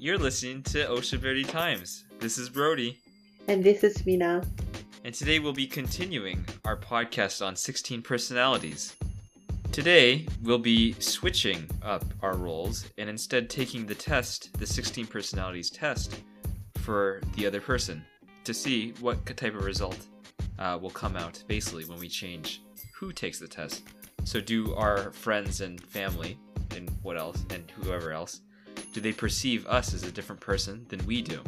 You're listening to Oshaberry Times. This is Brody, And this is Mina. and today we'll be continuing our podcast on 16 personalities. Today, we'll be switching up our roles and instead taking the test, the 16 personalities test, for the other person to see what k- type of result uh, will come out basically when we change who takes the test. So, do our friends and family, and what else, and whoever else, do they perceive us as a different person than we do?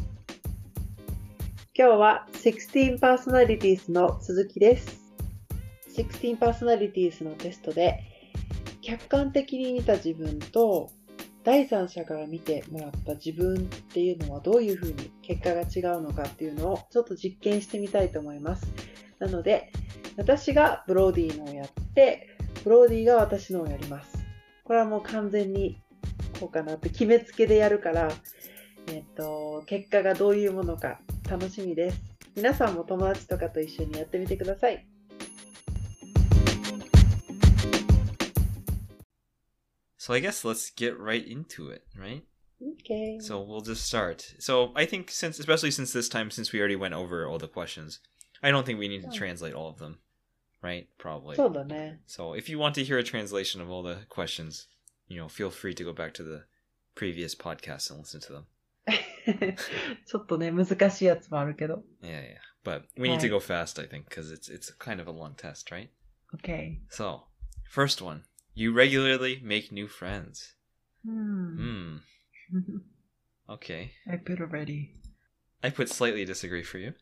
今日は16パーソナリティーズの鈴木です。16パーソナリティーズのテストで、客観的に見た自分と、第三者から見てもらった自分っていうのはどういうふうに結果が違うのかっていうのをちょっと実験してみたいと思います。なので、私がブローディーのをやって、ブローディーが私のをやります。これはもう完全にこうかなって決めつけでやるから、えっと、結果がどういうものか楽しみです。皆さんも友達とかと一緒にやってみてください。 So I guess let's get right into it, right? OK。 So we'll just start. So I think since especially since this time since we already went over all the questions, I don't think we need to Yeah. translate all of them, right? Probably. そうだね。 So if you want to hear a translation of all the questions, you know, feel free to go back to the previous podcast and listen to them. ちょっとね、難しいやつもあるけど。 Yeah, yeah. But we need to Right. go fast, I think, cuz it's it's kind of a long test, right? OK。 So, first one. You regularly make new friends. うん。 Hmm. Okay. I put already. I put slightly disagree for you.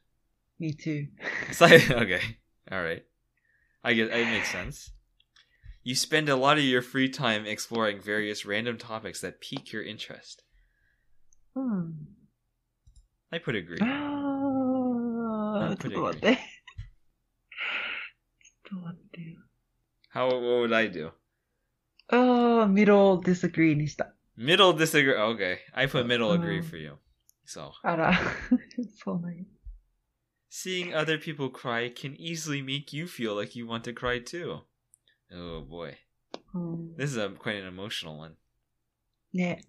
Me too. So okay, all right. I guess it makes sense. You spend a lot of your free time exploring various random topics that pique your interest. うん。 I put agree. あああ、こちょっれと待って。ちょっと待ってよ。 How what would I do? ああ、middle disagree にした。 Middle disagree. Okay, I put middle agree Oh. for you. So あら、 そうなんや。 seeing other people cry can easily make you feel like you want to cry too. Oh boy, うん、 this is a, quite an emotional one. ね。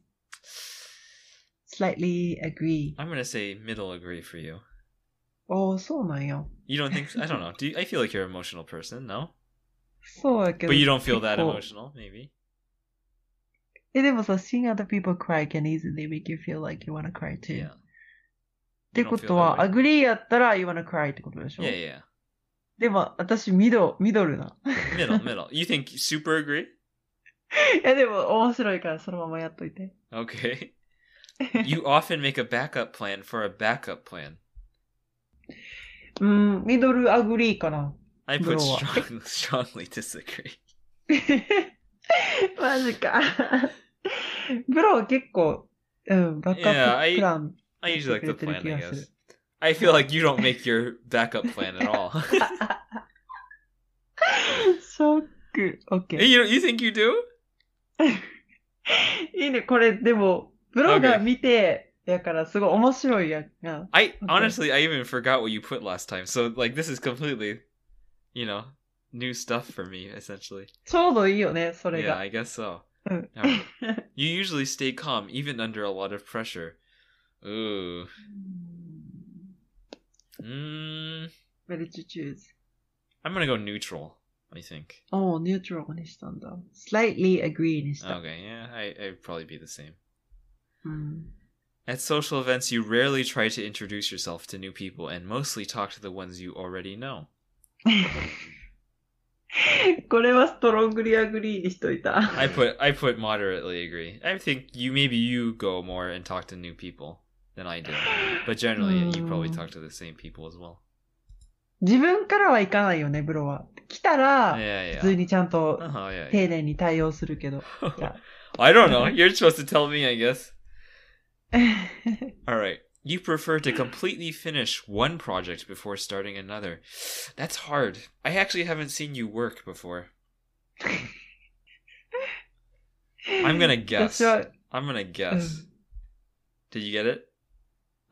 slightly agree. I'm gonna say middle agree for you. ああ、そうなんや。 You don't think? I don't know. Do you, I feel like you're an emotional person? No, そうやけど。 but you don't feel that 結構 emotional, maybe. え、でもさ、seeing other people cry can easily make you feel like you wanna cry too. Yeah. ってことは、 You don't feel that way. agree やったら you wanna cry ってことでしょ Yeah, yeah. でも、私、ミド、ミドルな。 Middle, middle. You think super agree? いや、でも、面白いから、そのままやっといて。 Okay. You often make a backup plan for a backup plan. うん、ミドルアグリーかな。 I put Middle. strong, strongly disagree. マジか。ブロー結構、うん、バックア Yeah, ッ I- ププラン。 I usually like the plan, I Yes. guess. I feel like you don't make your backup plan at all. ショック。OK。 you you think you do? いいね、これ、でも、ブローが見て、やから、すごい面白いやんな。 I honestly, I even forgot what you put last time. So like, this is completely, you know, new stuff for me essentially. ちょうどいいよね、それ Yeah, が。 I guess so. うん All right. You usually stay calm even under a lot of pressure. Ooh. Mm, Where did you choose? I'm gonna go neutral. I think. おー、ニュートラルにしたんだ。slightly agree にした。 Okay, yeah, I I'd probably be the same. うん。 At social events, you rarely try to introduce yourself to new people and mostly talk to the ones you already know. これはストロングリアグリーにしといた。 I put I put moderately agree. I think you maybe you go more and talk to new people than I do, but generally you probably talk Hmm. to the same people as well. 自分からは行かないよね、ブロは。来たら、 Yeah, 普 yeah. 通にちゃんと Oh, yeah, 丁寧に対応する けど。 yeah. I don't know. You're supposed to tell me, I guess. All right. You prefer to completely finish one project before starting another. That's hard. I actually haven't seen you work before. I'm gonna guess. 私は、 I'm gonna guess. Did you get it?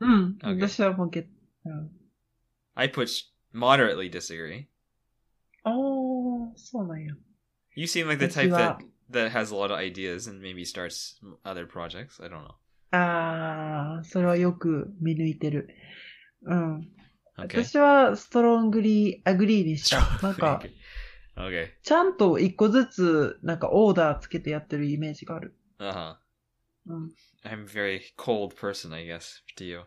うん。 Okay. 私はもうゲット。うん、 I put sh- moderately disagree. おー、そうなんや。 You seem like the 私 type は that that has a lot of ideas and maybe starts other projects. I don't know. ああ、それはよく見抜いてる。うん。 Okay. 私はストロングリー、アグリーにした。なんか、 Okay. okay. ちゃんと一個ずつ、なんかオーダーつけてやってるイメージがある。 Uh huh. うん。 I'm a very cold person, I guess, to you.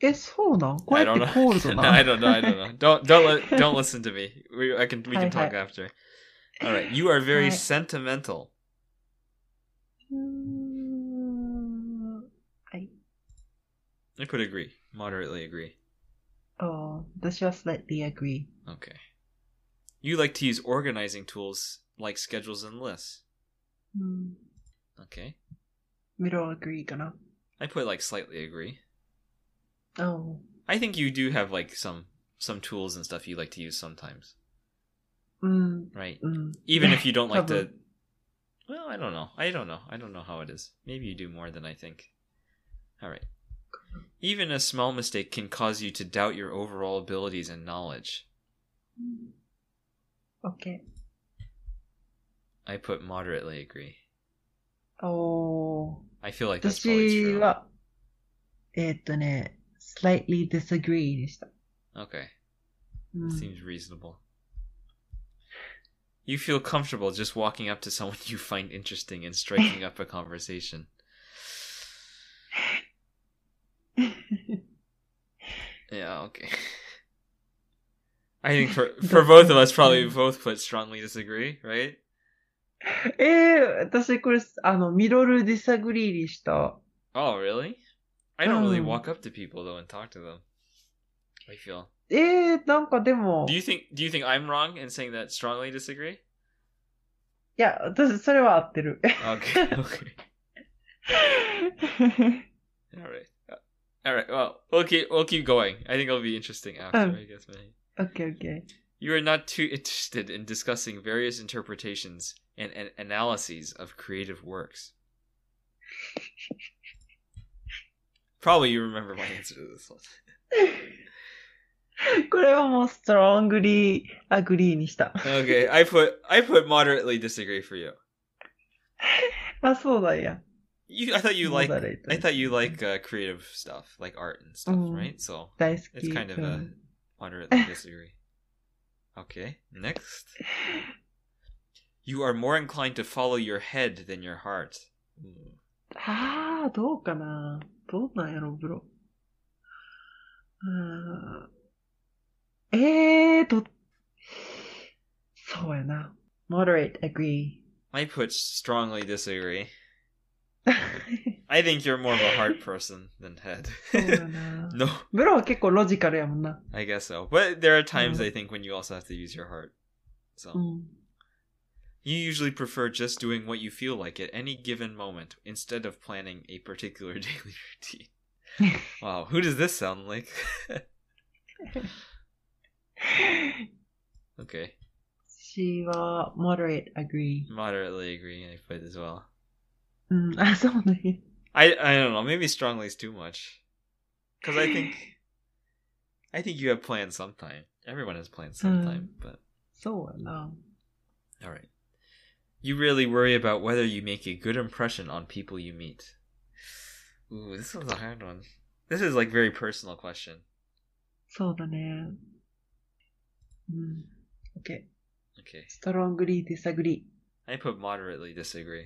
え、そうなんこれ I って don't コ know. ールド no, な I don't know. I don't know. Don't don't li- don't listen to me. We I can we can Hi, hi. talk after. All right. You are very Hi. sentimental. うーんはい。 I could agree. Moderately agree. あー私は slightly agree. Okay. You like to use organizing tools like schedules and lists. うん。 Okay. middle agree かな。 I put like slightly agree. あ I think you do have like some some tools and stuff you like to use sometimes, うん。 right? うん。 Even if you don't like to Probably. Well, I don't know. I don't know. I don't know how it is. Maybe you do more than I think. All right. Even a small mistake can cause you to doubt your overall abilities and knowledge. OK。 I put moderately agree. おー。 I feel like that's probably 私 true. は、えーっとね、slightly disagree でした。 Okay. うん Seems reasonable. You feel comfortable just walking up to someone you find interesting and striking up a conversation. yeah, okay. I think for for both of us probably both put strongly disagree, right? えー、私これ、あの、ミドルディサグリーにした。 Oh, really? I don't really Um. walk up to people though and talk to them. I feel. えー、なんかでも、 Do you い think do you think I'm wrong in saying that strongly disagree? や、私、それは合ってる。 Okay, okay. All right. Uh, All right. Well, we'll keep we'll keep going. I think it'll be interesting after. Um. I guess. Maybe. OK, OK. You are not too interested in discussing various interpretations and, and analyses of creative works. Probably you remember my answer to this one. これはもう、ストロングリー、アグリーにした。 Okay, I put I put moderately disagree for you. あ、そうだや。 You, I thought you like Moderate. I thought you like uh, creative stuff, like art and stuff, Mm. right? So 大好き。 it's kind of う a ん moderately disagree. Okay, next. You are more inclined to follow your head than your heart. Hmm. ああ、どうかな。どうなんやろ、ブロ。うーん。ええー、と、そうやな。moderate agree. I put strongly disagree. I think you're more of a heart person than head. そうやな。 no, ブロは結構ロジカルやもんな。 I guess so. But there are times Mm. I think when you also have to use your heart. So うん。 you usually prefer just doing what you feel like at any given moment instead of planning a particular daily routine. wow, who does this sound like? okay, 私は moderate agree. moderately agree. I put as well. うん、あ、そうね。 I I don't know. Maybe strongly is too much. Because I think I think you have plans sometime. Everyone has plans sometime. But そうやな。 all right. You really worry about whether you make a good impression on people you meet. Ooh, this one's a hard one. This is like very personal question. そうだね。うん。OK。 Okay, strongly disagree. I put moderately disagree.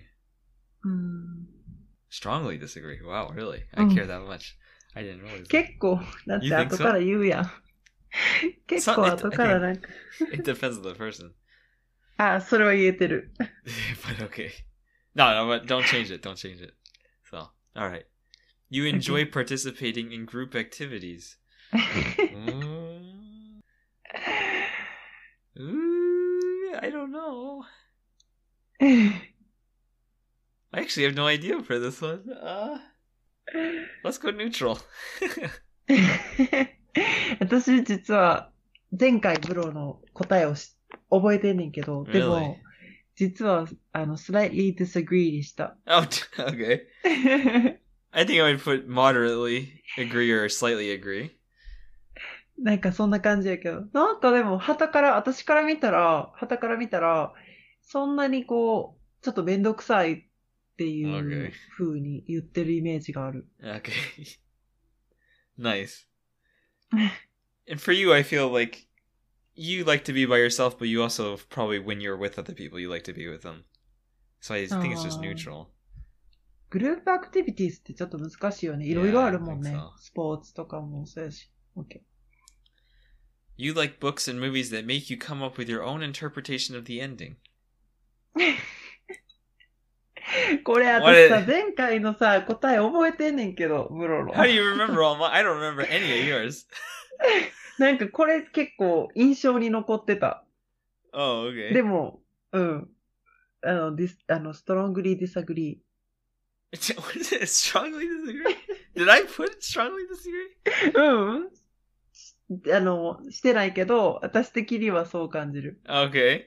うん。 Strongly disagree. Wow, really? I Mm. care that much. I didn't realize. That. 結構、だって You think so? 後から言うやん。結構 So- it- 後からなんか、 It depends on the person. あ、それは言えてる。 but okay. No, no, but don't change it. Don't change it. So, all right. You enjoy participating in group activities. Mm. Ooh, I don't know. I actually have no idea for this one. Uh, let's go neutral. 私実は前回ブローの答えをし覚えてんねんけど、でも、 Really? 実はあの、slightly disagree にした。 oh, t- okay. I think I would put moderately agree or slightly agree. なんかそんな感じやけど、なんかでも、旗から、私から見たら、旗から見たら、そんなにこう、ちょっとめんどくさいってい Okay. う風に言ってるイメージがある。 Okay. nice. and for you, I feel like you like to be by yourself, but you also probably, when you're with other people, you like to be with them. So I think it's just Ah. neutral. グループアクティビティスってちょっと難しいよね。いろいろあるもん I ね think so.。スポーツとかもそうやし。OK。 You like books and movies that make you come up with your own interpretation of the ending. これ私さ、前回のさ、答え覚えてんねんけど、ムロロ。 How do you remember all my? I don't remember any of yours. なんかこれ結構印象に残ってた。 Oh, okay. でも、うん。あの、ディス、あの、ストロングリーディサグリ what is it? Strongly disagree? Did I put strongly disagree? ー。うん。しあの、してないけど、私的にはそう感じる。 Okay.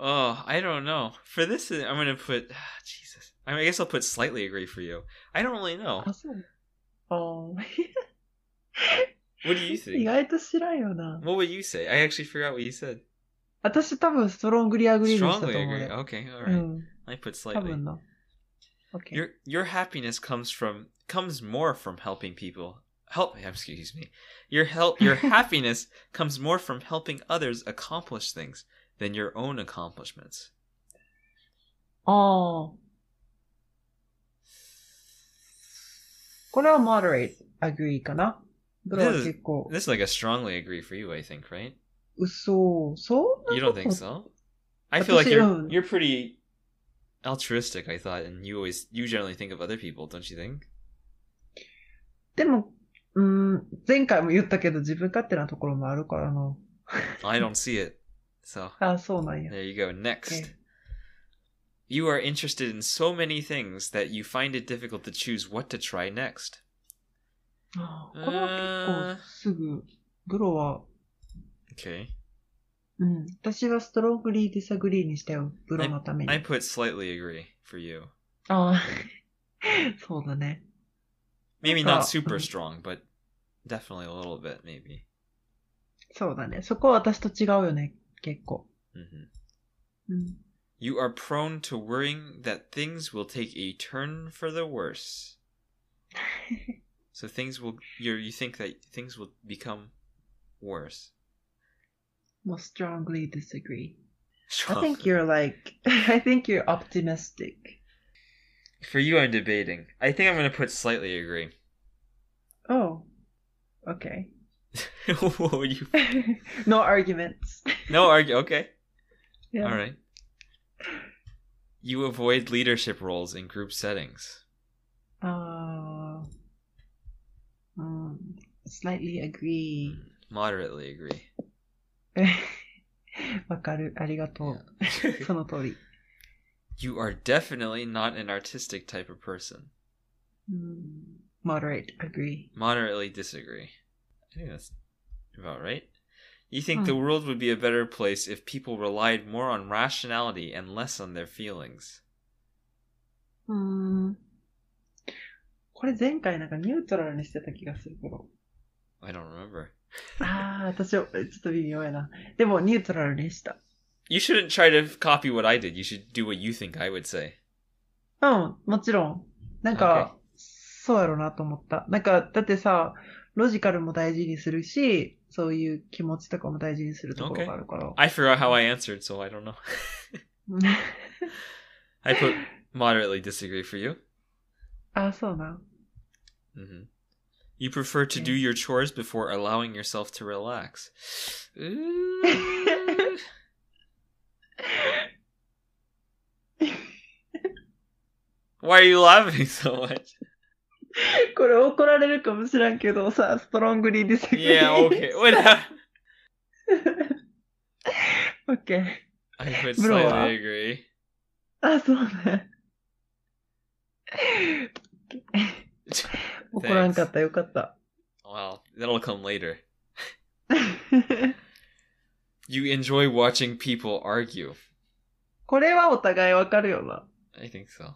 Oh, I don't know. For this, I'm gonna put Jesus. I, mean, I guess I'll put slightly agree for you. I don't really know. あ、そう。ああ。 What do you 意 think? 外と知らんよな。 What would you say? I actually forgot what you said. 私多分ストロングリアグリードしたと思 Strongly う agree. よ。Okay, all う right. ん。 I put 多 slightly. 分な。OK。 Your your happiness comes from comes more from helping people. Help excuse me. Your help your happiness comes more from helping others accomplish things than your own accomplishments. ああ。これは moderate agree かな。どれは結構。 This is like a strongly agree for you, I think, right? 嘘。そんなこと You don't think so? I feel like Actually, you're um, you're pretty altruistic, I thought, and you always you generally think of other people, don't you think? でも、うーん、前回も言ったけど自分勝手なところもあるからな。 I don't see it. So ああ、そうなんや。 there you go. Next. Okay. You are interested in so many things that you find it difficult to choose what to try next. あーこれは結構すぐ、ブロは、 Okay. うん、私はストロングリーディサグリーにしたよ、ブロのために。 I put slightly agree for you. ああ、 そうだね。 Maybe Oh. not super strong, but definitely a little bit, maybe. そうだね。そこは私と違うよね、結構。 hmm うん、 You are prone to worrying that things will take a turn for the worse. so things will you you think that things will become worse. もう strongly disagree. I Strong. think you're like, I think you're optimistic. For you, I'm debating. I think I'm gonna put slightly agree. Oh, okay. what would you? no arguments. No argue. Okay. Yeah. All right. You avoid leadership roles in group settings. ああ、うん、slightly agree. Moderately agree. わかる。ありがとう。その通り。 you are definitely not an artistic type of person. うん、moderate agree. moderately disagree. I think that's about right. You think the world would be a better place if people relied more on rationality and less on their feelings. うん。これ前回なんかニュートラルにしてた気がするけど。 I don't remember. ああ、私は、えちょっと微妙やな。でもニュートラルにした。 You shouldn't try to copy what I did. You should do what you think I would say. うん、もちろん。なんか、そうやろなと思った。なんか、だってさ、ロジカルも大事にするし、そういう気持ちとかも大事にするところがあるから。 I forgot how I answered, so I don't know. うん I put moderately disagree for you. ああ、そうなん。 hmm You prefer to do your chores before allowing yourself to relax. Ooh. い Why are you laughing so much? これ怒られるかもしらんけどさ、ストロングリーディスグリー。 Yeah, okay. What happened? OK。 I would Bro, uh, slightly agree. あ、そうね。怒らんかった、よかった。 Well, that'll come later. You enjoy watching people argue. これはお互いわかるよな。 I think so.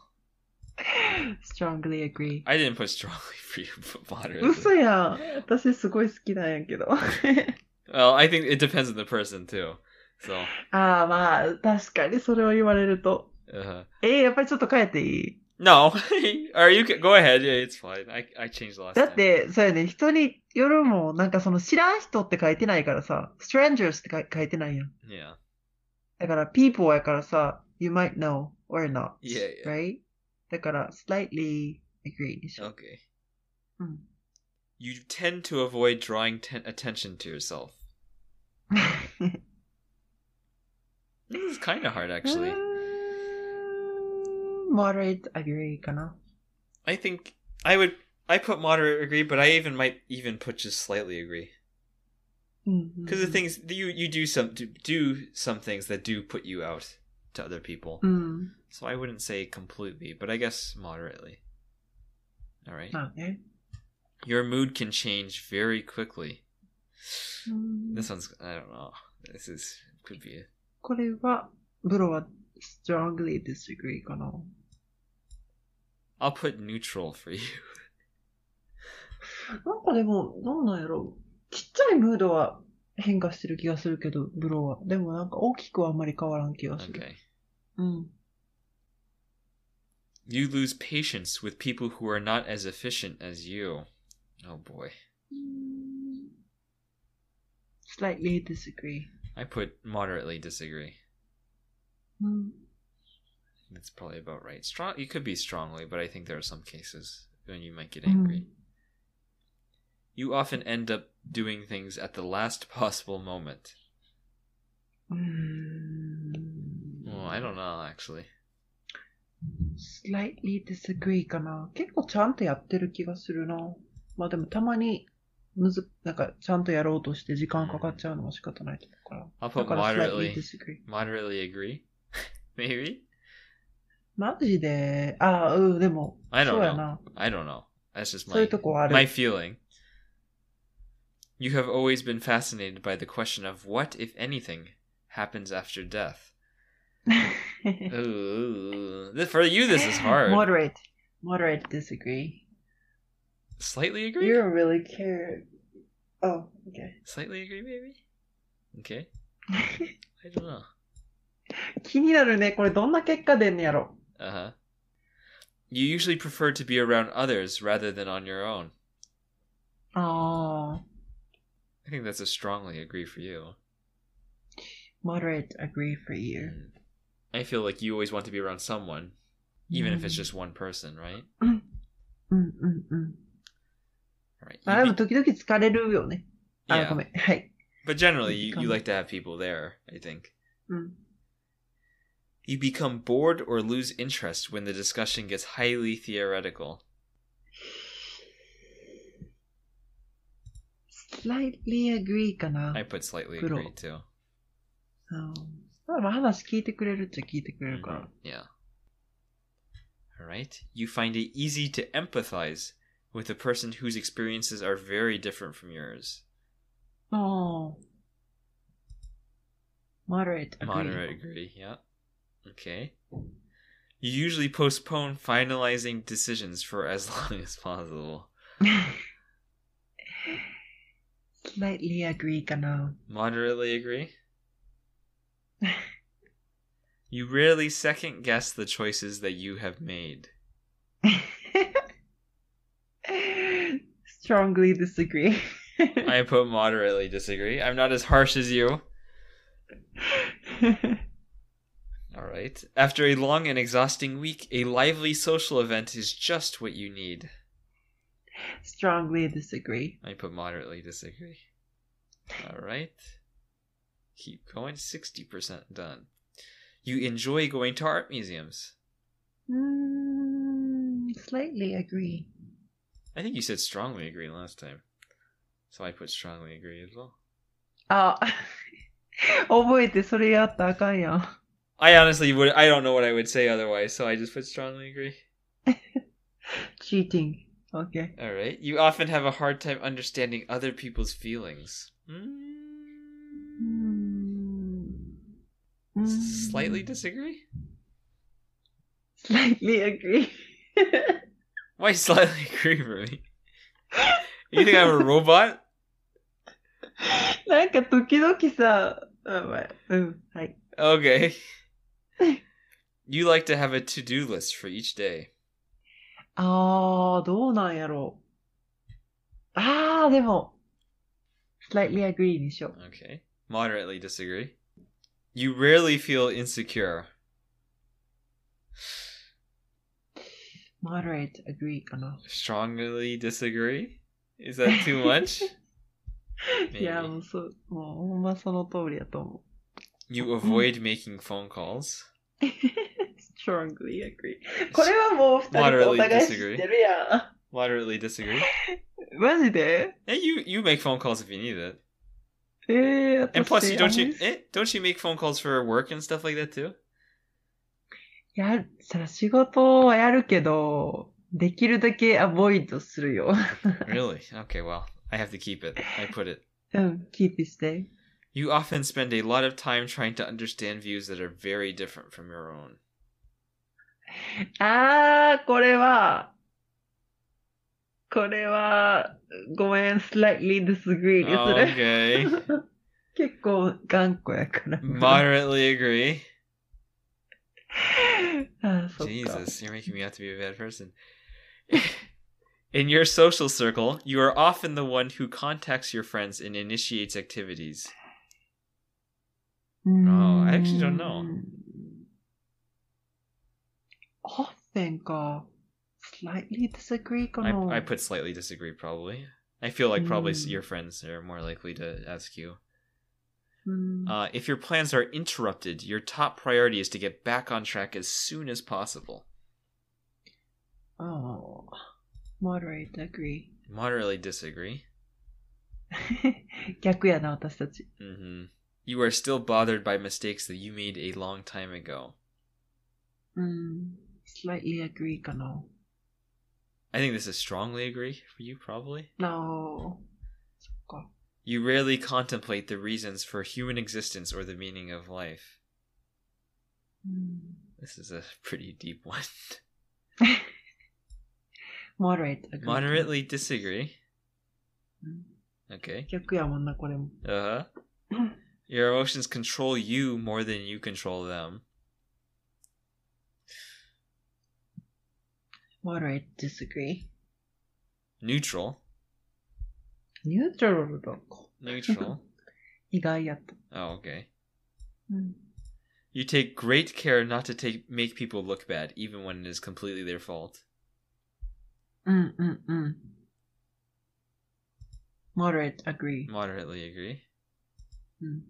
strongly agree. I didn't put strongly for you, but moderately. 嘘 やん。私すごい好きなんやけ ど。 Well, I think it depends on the person too. So, ああ、まあ、確かにそれを言われると。 Uh-huh. えー、やっぱりちょっと変えていい No, or you can go ahead. Yeah, it's fine. I I changed last だ time. って、そうやね、人によるもん、なんかその知らん人って書いてないからさ、strangers って書い書いてないやん。 Yeah. だから people やからさ、you might know or not. Yeah, yeah. Right? だから、slightly agree でしょ。 Okay. うん You tend to avoid drawing ten- attention to yourself. This is kind of hard, actually. Mm-hmm. うーん moderate agree かな。 I think I would. I put moderate agree, but I even might even put just slightly agree. Because Because Mm-hmm. the things you you do some do, do some things that do put you out to other people. Mm. うん。 So I wouldn't say completely, but I guess moderately. All right. まあね。 Your mood can change very quickly. うん This one's I don't know. This is could be. A, これは、ブロは strongly disagree かな。 I'll put neutral for you. なんかでも、どうなんやろう。ちっちゃいムードは変化してる気がするけど、ブローは。でもなんか大きくはあんまり変わらん気がする。 Okay. うん。 You lose patience with people who are not as efficient as you. Oh boy. slightly disagree. I put moderately disagree. うん。 That's probably about right. Strong. You could be strongly, but I think there are some cases when you might get う angry. ん You often end up doing things at the last possible moment. うーん Well, I don't know actually. slightly disagree かな。結構ちゃんとやってる気がするな。まあでもたまに、むず、なんかちゃんとやろうとして時間かかっちゃうのは仕方ないとこから。 I'll だ put から slightly moderately. disagree. Moderately agree. Maybe. マジで、ああ、うん、でも、 I don't そうや know. な。 I don't know. That's just そうい my うとこはある。 my feeling. You have always been fascinated by the question of what, if anything, happens after death. Ooh, This- for you, this is hard. Moderate. Moderate disagree. Slightly agree. You don't really care. Oh, okay. Slightly agree, maybe. Okay. I don't know. 気になるね。これどんな結果出んねやろ。 Uh huh. You usually prefer to be around others rather than on your own. ああ、 I think that's a strongly agree for you. moderate agree for you. Mm. I feel like you always want to be around someone, even Mm. if it's just one person, right? うんうんうん。 All right. あ、で you も be- 時々疲れるよね。あ、yeah. ごめん。はい。 But generally, you, you Become- like to have people there, I think. うん。 You become bored or lose interest when the discussion gets highly theoretical. slightly agree かな。 I put slightly Good agree old- too. うん。まあまあ話聞いてくれるっちゃ聞いてくれるから。 Yeah. All right. You find it easy to empathize with a person whose experiences are very different from yours. ああ。moderate agree. Moderate agree. Yeah. Okay. You usually postpone finalizing decisions for as long as possible. slightly agree かな。 Moderately agree. you rarely second guess the choices that you have made. strongly disagree. I put moderately disagree. I'm not as harsh as you. All right. After a long and exhausting week, a lively social event is just what you need. strongly disagree. I put moderately disagree. All right. Keep going. 60% done. You enjoy going to art museums. Mm, slightly agree. I think you said strongly agree last time. So I put strongly agree as well. あ、覚えてそれやったらあかんやん。 I honestly would I don't know what I would say otherwise, so I just put strongly agree. cheating. Okay. All right. You often have a hard time understanding other people's feelings. Mm, Hmm. Slightly disagree? Slightly agree. Why slightly agree for me? You think I'm a robot? なんか Oh, Hmm, 時々さ、あまあうん、はい。 Okay. You like to have a to do list for each day. あー、どうなんやろう。あー、でも、slightly agree にしよう。 Okay. Moderately disagree. You rarely feel insecure. moderate agree かな。 Strongly disagree? Is that too much? いや、もうそう、もうほんまその通りやと思う。 You avoid making phone calls. strongly agree. これはもう二人とお互い知ってるや Moderately disagree. ん。マジで Eh, you you make phone calls if you need it. えー、私 And plus, you don't あん you まり eh, don't you make phone calls for work and stuff like that too? やる、そら仕事はやるけど、できるだけアボイドするよ。 Really? Okay. Well, I have to keep it. I put it. うん、キープして。 You often spend a lot of time trying to understand views that are very different from your own. あー、これは、これは、ごめん、slightly disagree に Okay. する。結構頑固やから。 Moderately agree. あー、そっか。 Jesus, you're making me out to be a bad person. In your social circle, you are often the one who contacts your friends and initiates activities. No, I actually don't know. Often か。slightly disagree かな。 I, I put slightly disagree, probably. I feel like probably s Hmm. your friends are more likely to ask you. うん、 Uh, if your plans are interrupted, your top priority is to get back on track as soon as possible. oh, moderate agree. Moderately disagree. 逆やな、私たち。 hmm You are still bothered by mistakes that you made a long time ago. うん、slightly agree かな。 I think this is strongly agree for you, probably. No. そっか。 You rarely contemplate the reasons for human existence or the meaning of life. うん This is a pretty deep one. moderate agree かな。 Moderately disagree. うん。 Okay. 逆やもんな、これも。 Uh huh. Your emotions control you more than you control them. moderate disagree. Neutral. neutral だか。 Neutral. 意外やった。 oh, okay. うん。 You take great care not to take make people look bad, even when it is completely their fault. うんうんうん。moderate agree. Moderately agree. うん。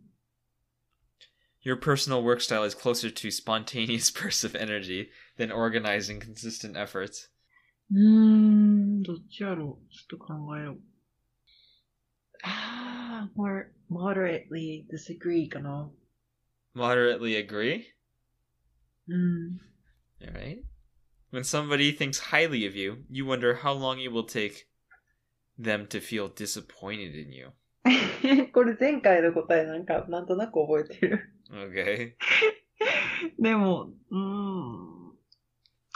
Your personal work style is closer to spontaneous bursts of energy than organized and consistent efforts. うーん、どっちやろうちょっと考えよう。ああ、more moderately disagree かな。 Moderately agree. うん。 All right. When somebody thinks highly of you, you wonder how long it will take them to feel disappointed in you. これ前回の答えなんかなんとなく覚えてる。 Okay. でも、うーん。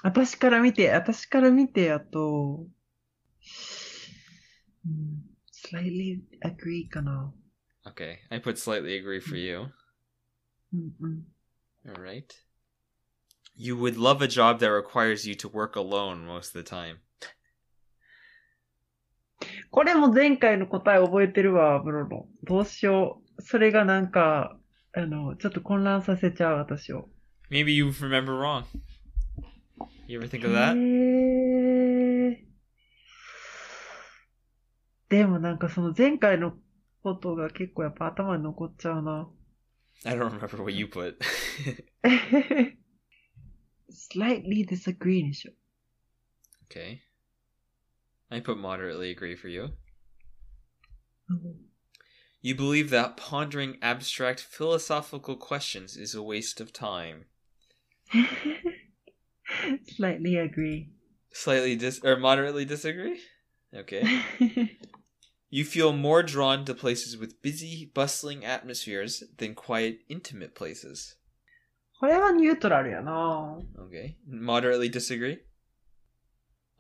私から見て、私から見てやと、うん、slightly agree かな。 Okay. I put slightly agree for you. うんうん。 All right. You would love a job that requires you to work alone most of the time. これも前回の答え覚えてるわ、ブロの。どうしよう。それがなんか、あの、ちょっと混乱させちゃう、私を。 Maybe you remember wrong. You ever think へ of that? ーでもなんかその前回のことが結構やっぱ頭に残っちゃうな。 I don't remember what you put. slightly disagree にしよ okay. I put moderately agree for you. う。 You believe that pondering abstract philosophical questions is a waste of time. slightly agree. Slightly dis or moderately disagree? Okay. You feel more drawn to places with busy, bustling atmospheres than quiet, intimate places. これはニュートラルやな。 Okay. Moderately disagree?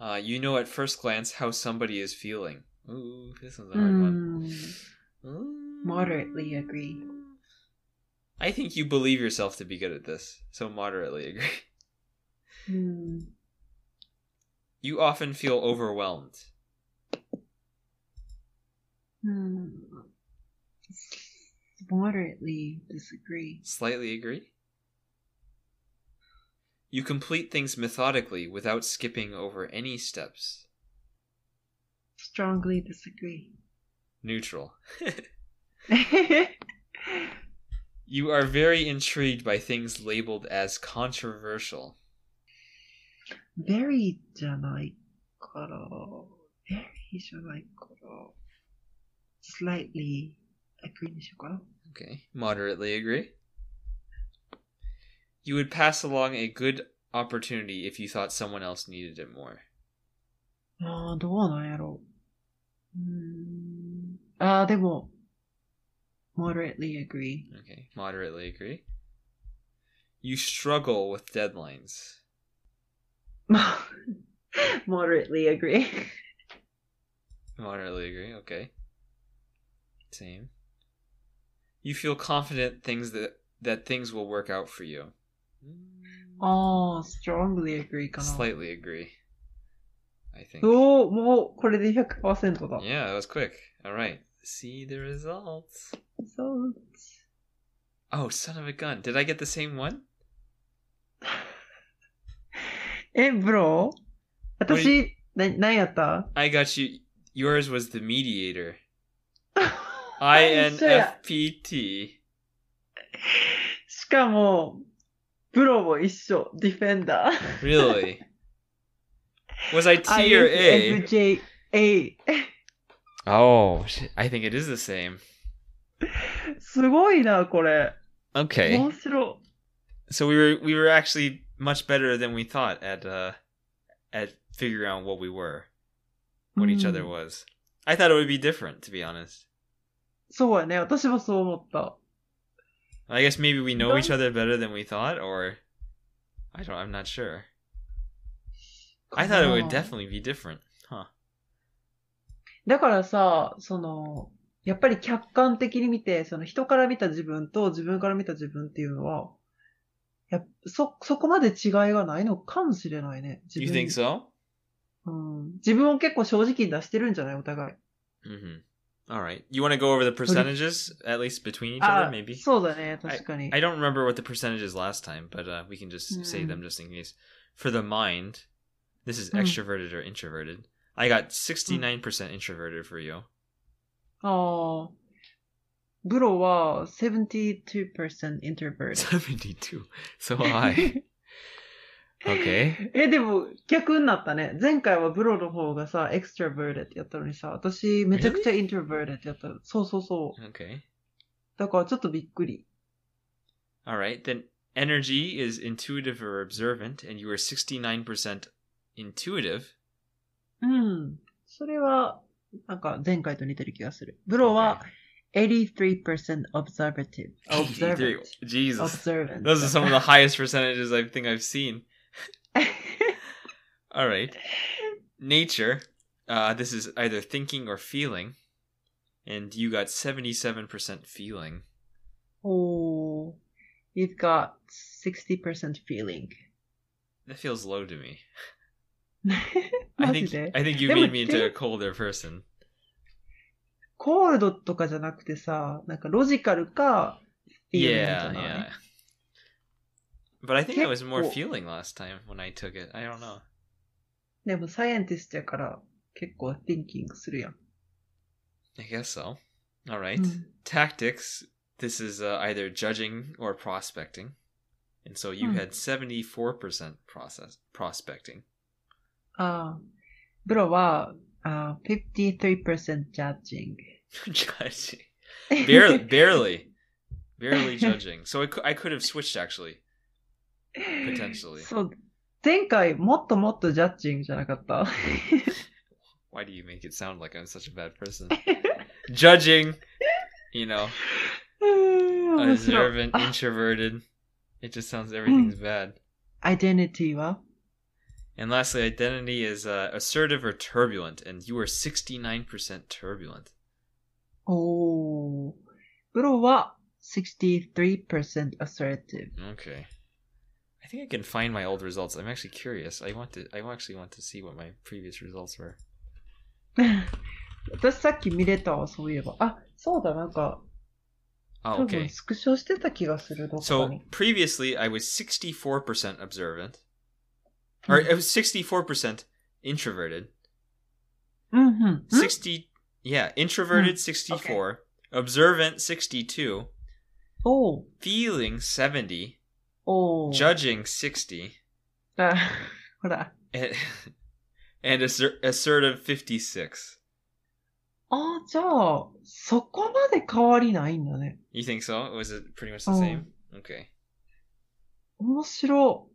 Uh, you know at first glance how somebody is feeling. Ooh, this one's a hard one. Mm. Ooh. Moderately agree. I think you believe yourself to be good at this, so moderately agree. うん。 You often feel overwhelmed. うん。moderately disagree. Slightly agree? You complete things methodically without skipping over any steps. strongly disagree. Neutral. You are very intrigued by things labeled as controversial. very じゃないから、very じゃないから、slightly agree にしようかな。 Okay, moderately agree. You would pass along a good opportunity if you thought someone else needed it more. ああ、どうなんやろう。うーん。ああ、でも、moderately agree. Okay, moderately agree. You struggle with deadlines. まあ moderately agree. Moderately agree, okay. Same. You feel confident things that that things will work out for you. ああ、strongly agree かな。 Slightly agree. I think. おお、もう、これで100%だ。 Yeah, that was quick. All right. See the results. そう。 Oh, son of a gun. Did I get the same one? え、ブローこ私、な、何やった I got you. Yours was the mediator. INFPT. しかも、プロも一緒、ディフェンダー。 Really? Was I T or A? ?FJ、A。 Oh, shit. I think it is the same. すごいな、これ。 Okay. 面白 So we were we were actually much better than we thought at uh at figuring out what we were, い。 what each うん other was. I thought it would be different, to be honest. そうやね、私もそう思った。 I guess maybe we know No. each other better than we thought, or I don't. I'm not sure. I thought it would かな definitely be different. Huh. だからさ、その、やっぱり客観的に見て、その人から見た自分と自分から見た自分っていうのは、やっそ、そこまで違いがないのかもしれないね。自 You 分 think so? うん、自分を結構正直に出してるんじゃないお互い。 Mm-hmm. All right. You want to go over the percentages at least between each other, あ maybe? そうだね、確かに。 I don't remember what the percentages last time, but uh, we can just say Mm. them just in case. For the mind, this is Mm. extroverted or introverted. I got 69% introverted for you. ああ。ブロは72% introvert。 72. So high. okay. え、でも逆になったね。前回はブロの方がさ、extroverted やったのにさ、私めちゃくちゃ introverted やった。そうそうそう。 Okay. だからちょっとびっくり。 All right, then energy is intuitive or observant, and you are 69% intuitive. うん。それは、なんか前回と似てる気がする。ブロは83% observative。 Okay. observant。 Jesus. observant。 Those are some of the highest percentages I think I've seen. の。 All right. Nature. Uh, this is either thinking or feeling. And you got 77% feeling. Oh, you've got 60% feeling. That feels low to me. マ I ジ think で I think you Yeah, made but me into a colder person. コールドとかじゃなくてさ、なんかロジカルか、フィーリングじ Yeah, ゃない yeah. But I think I was more 結構。 feeling last time when I took it. I don't know. でもサイエンティストやから結構 thinking するやん。 I guess so. All right. うん Tactics. This is uh, either judging or prospecting, and so you Hmm. had seventy four percent process prospecting. ああ、ブロは、ああ、53% judging. judging. Barely, barely, barely judging. So I, cou- I could have switched actually. potentially. そう、前回もっともっとジャッジングじゃなかった Why do you make it sound like I'm such a bad person? judging. You know, うーん面白い observant, あ introverted. It just sounds everything's bad. identity は And lastly, identity is uh, assertive or turbulent, and you are 69% turbulent. おー。ブロは63% assertive. Okay. I think I can find my old results. I'm actually curious. I want to. I actually want to see what my previous results were. 私さっき見れたわ、そういえば。あ、そうだ、なんか、 Oh, 多 okay. 分スクショしてた気がする、どっか So に。 previously, I was 64% observant, Hmm. or I was 64% introverted. うんうん。ん 60, yeah, introverted 64, observant 62, おう。 feeling 70, おう。 judging 60, あ、 ほら。 and, and asser- assertive 56. あじゃあ、そこまで変わりないんだね。 You think so? Was it pretty much the Oh. same? Okay. 面白。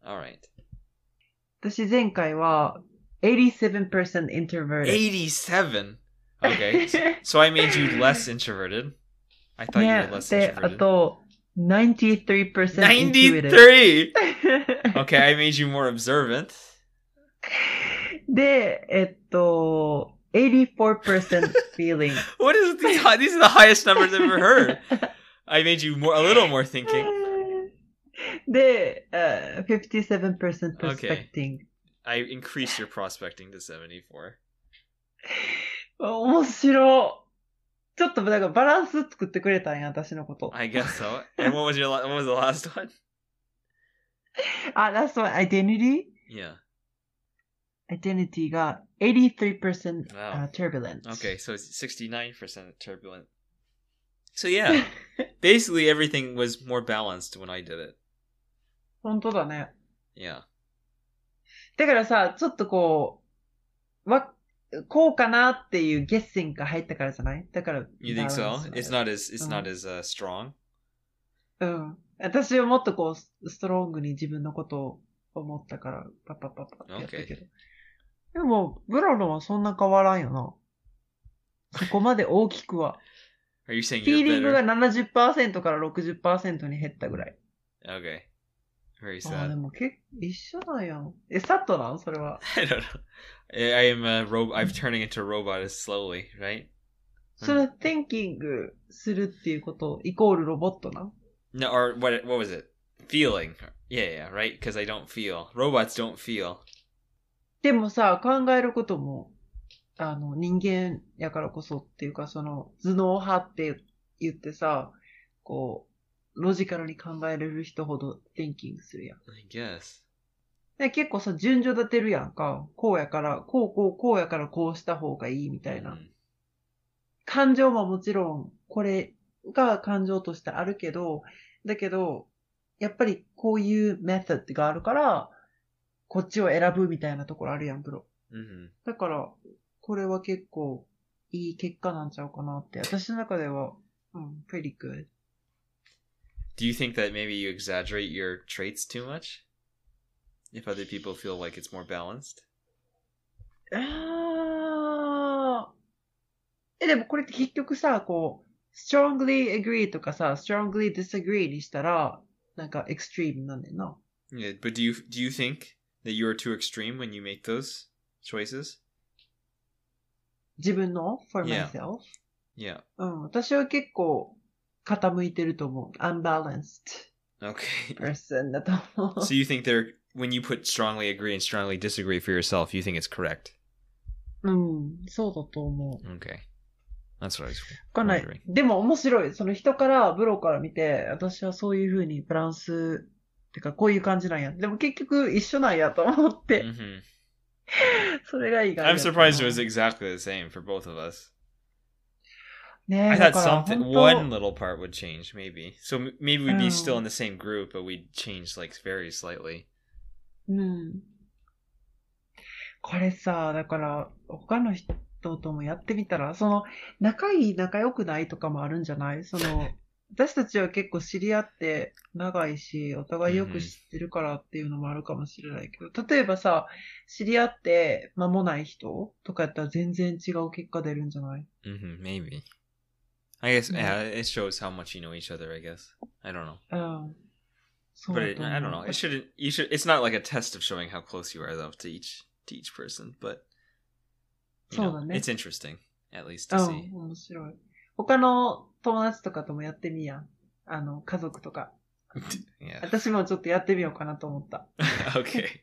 All right. 私前回は、87% introverted. 87. Okay. so, so I made you less introverted. I thought you ね were less で、あ introverted. と、93% intuitive. 93. Okay, I made you more observant. で、えっと、84% feeling. What is these? Hi- these are the highest numbers I've ever heard. I made you more a little more thinking. で、uh, 57% Okay. prospecting. I increased your prospecting to seventy-four. 面白い。ちょっとなんかバランス作ってくれたんや、私のこと。 I guess so. And what was your la- what was the last one? あ、ラストは identity? Yeah. identity が83%、 Wow. uh, turbulence. Okay, so it's sixty-nine percent turbulent. So yeah, basically everything was more balanced when I did it. 本当だね。 Yeah. だからさ、ちょっとこう、わ、こうかなっていうゲッセンが入ったからじゃないだから。 You think so? バランス It's not as it's Mm. not as uh, strong. うん。私はもっとこう、スストロングに自分のことを思ったから、パッパッパッパってやったけど。でも、ブロロはそんな変わらんよな。そこまで大きくは。 Are you saying フィーリ you're ングが better? 70%から60%に減ったぐらい。 Okay. Very ああ、で sad. も結構一緒なんやん。え、サットなんそれは。 I don't know. I I am a robot. I'm turning into a robot slowly, right? それは thinking するっていうこと、イコールロボットなん No, or what? What was it? Feeling. Yeah, yeah, right. Because I don't feel. Robots don't feel. でもさ、考えることも、あの、人間やからこそっていうか、その、頭脳派って言ってさ、こう、ロジカルに考えれる人ほど thinking するやん。 I guess. で結構さ、順序立てるやんか。こうやから、こうこうこうやからこうした方がいいみたいな。 Mm. 感情ももちろん、これが感情としてあるけど、だけど、やっぱりこういうメソッドがあるから、こっちを選ぶみたいなところあるやん、プロ。 hmm だから、これは結構いい結果なんちゃうかなって、私の中では、うん、pretty good. Do you think that maybe you exaggerate your traits too much? If other people feel like it's more balanced. あーえ、でもこれって結局さ、こう、strongly agree とかさ、strongly disagree にしたら、なんか extreme なんねんな。 Yeah, but do you do you think that you are too extreme when you make those choices? 自分の for Yeah. myself? Yeah. うん、私は結構傾いてると思う。unbalanced Okay. person だと 思う。 so you think they're when you put strongly agree and strongly disagree for yourself, you think it's correct? うん、そうだと思う。 Okay. That's what I was わかんない wondering.。でも面白い。その人から、ブローから見て、私はそういう風にバランス、てかこういう感じなんや。でも結局一緒なんやと思って、 hmm それがいいが。 I'm surprised it was exactly the same for both of us. ね I え、だ thought から something 本 one little 当 part would change, maybe. So m- maybe we'd be still Oh. in the same group, but we'd change like very slightly. うん。これさ、だから、他の人ともやってみたら、その、仲いい、仲良くないとかもあるんじゃないそ の、私たちは結構知り合って長いし、お互いよく知ってるからっていうのもあるかもしれないけど、例えばさ、知り合って間もない人とかやったら全然違う結果出るんじゃない hmm maybe. I guess Yeah. yeah, it shows how much you know each other. I guess I don't know, うん。そう but だ it, と思う I don't know. It shouldn't. You should. It's not like a test of showing how close you are though to each to each person, but you know, Totally. Oh. it's interesting at least to うん see. 面白い。他の友達とかともやってみやん。あの、家族とか。 Yeah. 私もちょっとやってみようかなと思った。 okay.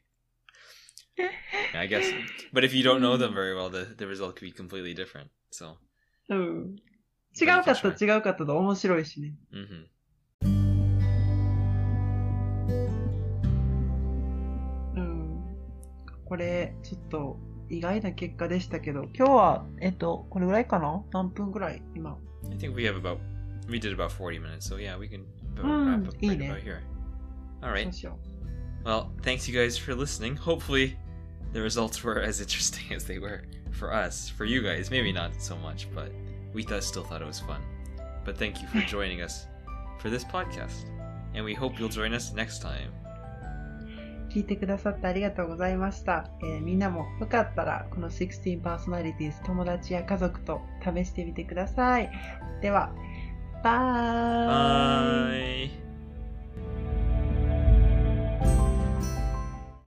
I guess. But if you don't know them very well, the, the result could be completely different. So. うん。違うかったら違うかったで面白いしね。 hmm うん。これ、ちょっと意外な結果でしたけど、今日は、えっと、これぐらいかな何分ぐらい今。 I think we have about we did about 40 minutes, so yeah, we can about Mm, wrap up right iyi ne. about here. ど Alright. うしよ Well, thanks you guys for listening. Hopefully the results were as interesting as they were for us. For you guys, maybe not so much, but we thought, still thought it was fun. But thank you for joining us for this podcast. And we hope you'll join us next time. う。聞いてくださってありがとうございました。えーみんなもよかったら、この16パーソナリティーズ友達や家族と試してみてください。では、バイ Bye.